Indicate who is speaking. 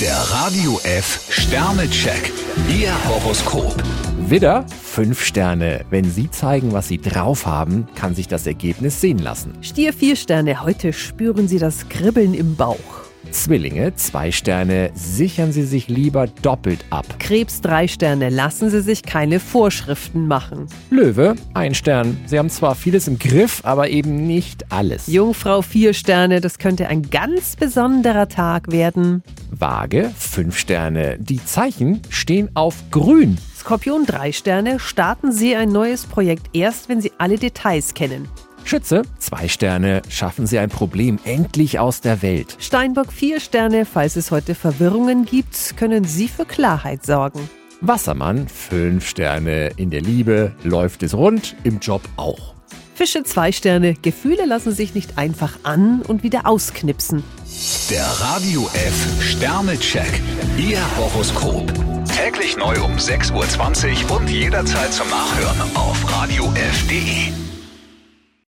Speaker 1: Der Radio F Sternecheck. Ihr Horoskop.
Speaker 2: Widder, fünf Sterne. Wenn Sie zeigen, was Sie drauf haben, kann sich das Ergebnis sehen lassen.
Speaker 3: Stier vier Sterne, heute spüren Sie das Kribbeln im Bauch.
Speaker 2: Zwillinge, zwei Sterne. Sichern Sie sich lieber doppelt ab.
Speaker 3: Krebs drei Sterne, lassen Sie sich keine Vorschriften machen.
Speaker 2: Löwe, ein Stern. Sie haben zwar vieles im Griff, aber eben nicht alles.
Speaker 3: Jungfrau vier Sterne, das könnte ein ganz besonderer Tag werden.
Speaker 2: Waage, fünf Sterne. Die Zeichen stehen auf grün.
Speaker 3: Skorpion drei Sterne, starten Sie ein neues Projekt erst, wenn Sie alle Details kennen.
Speaker 2: Schütze, zwei Sterne. Schaffen Sie ein Problem endlich aus der Welt.
Speaker 3: Steinbock vier Sterne, falls es heute Verwirrungen gibt, können Sie für Klarheit sorgen.
Speaker 2: Wassermann, fünf Sterne. In der Liebe läuft es rund, im Job auch.
Speaker 3: Fische zwei Sterne, Gefühle lassen sich nicht einfach an und wieder ausknipsen.
Speaker 1: Der Radio F Sternecheck. Ihr Horoskop. Täglich neu um 6.20 Uhr und jederzeit zum Nachhören auf Radio radiof.de.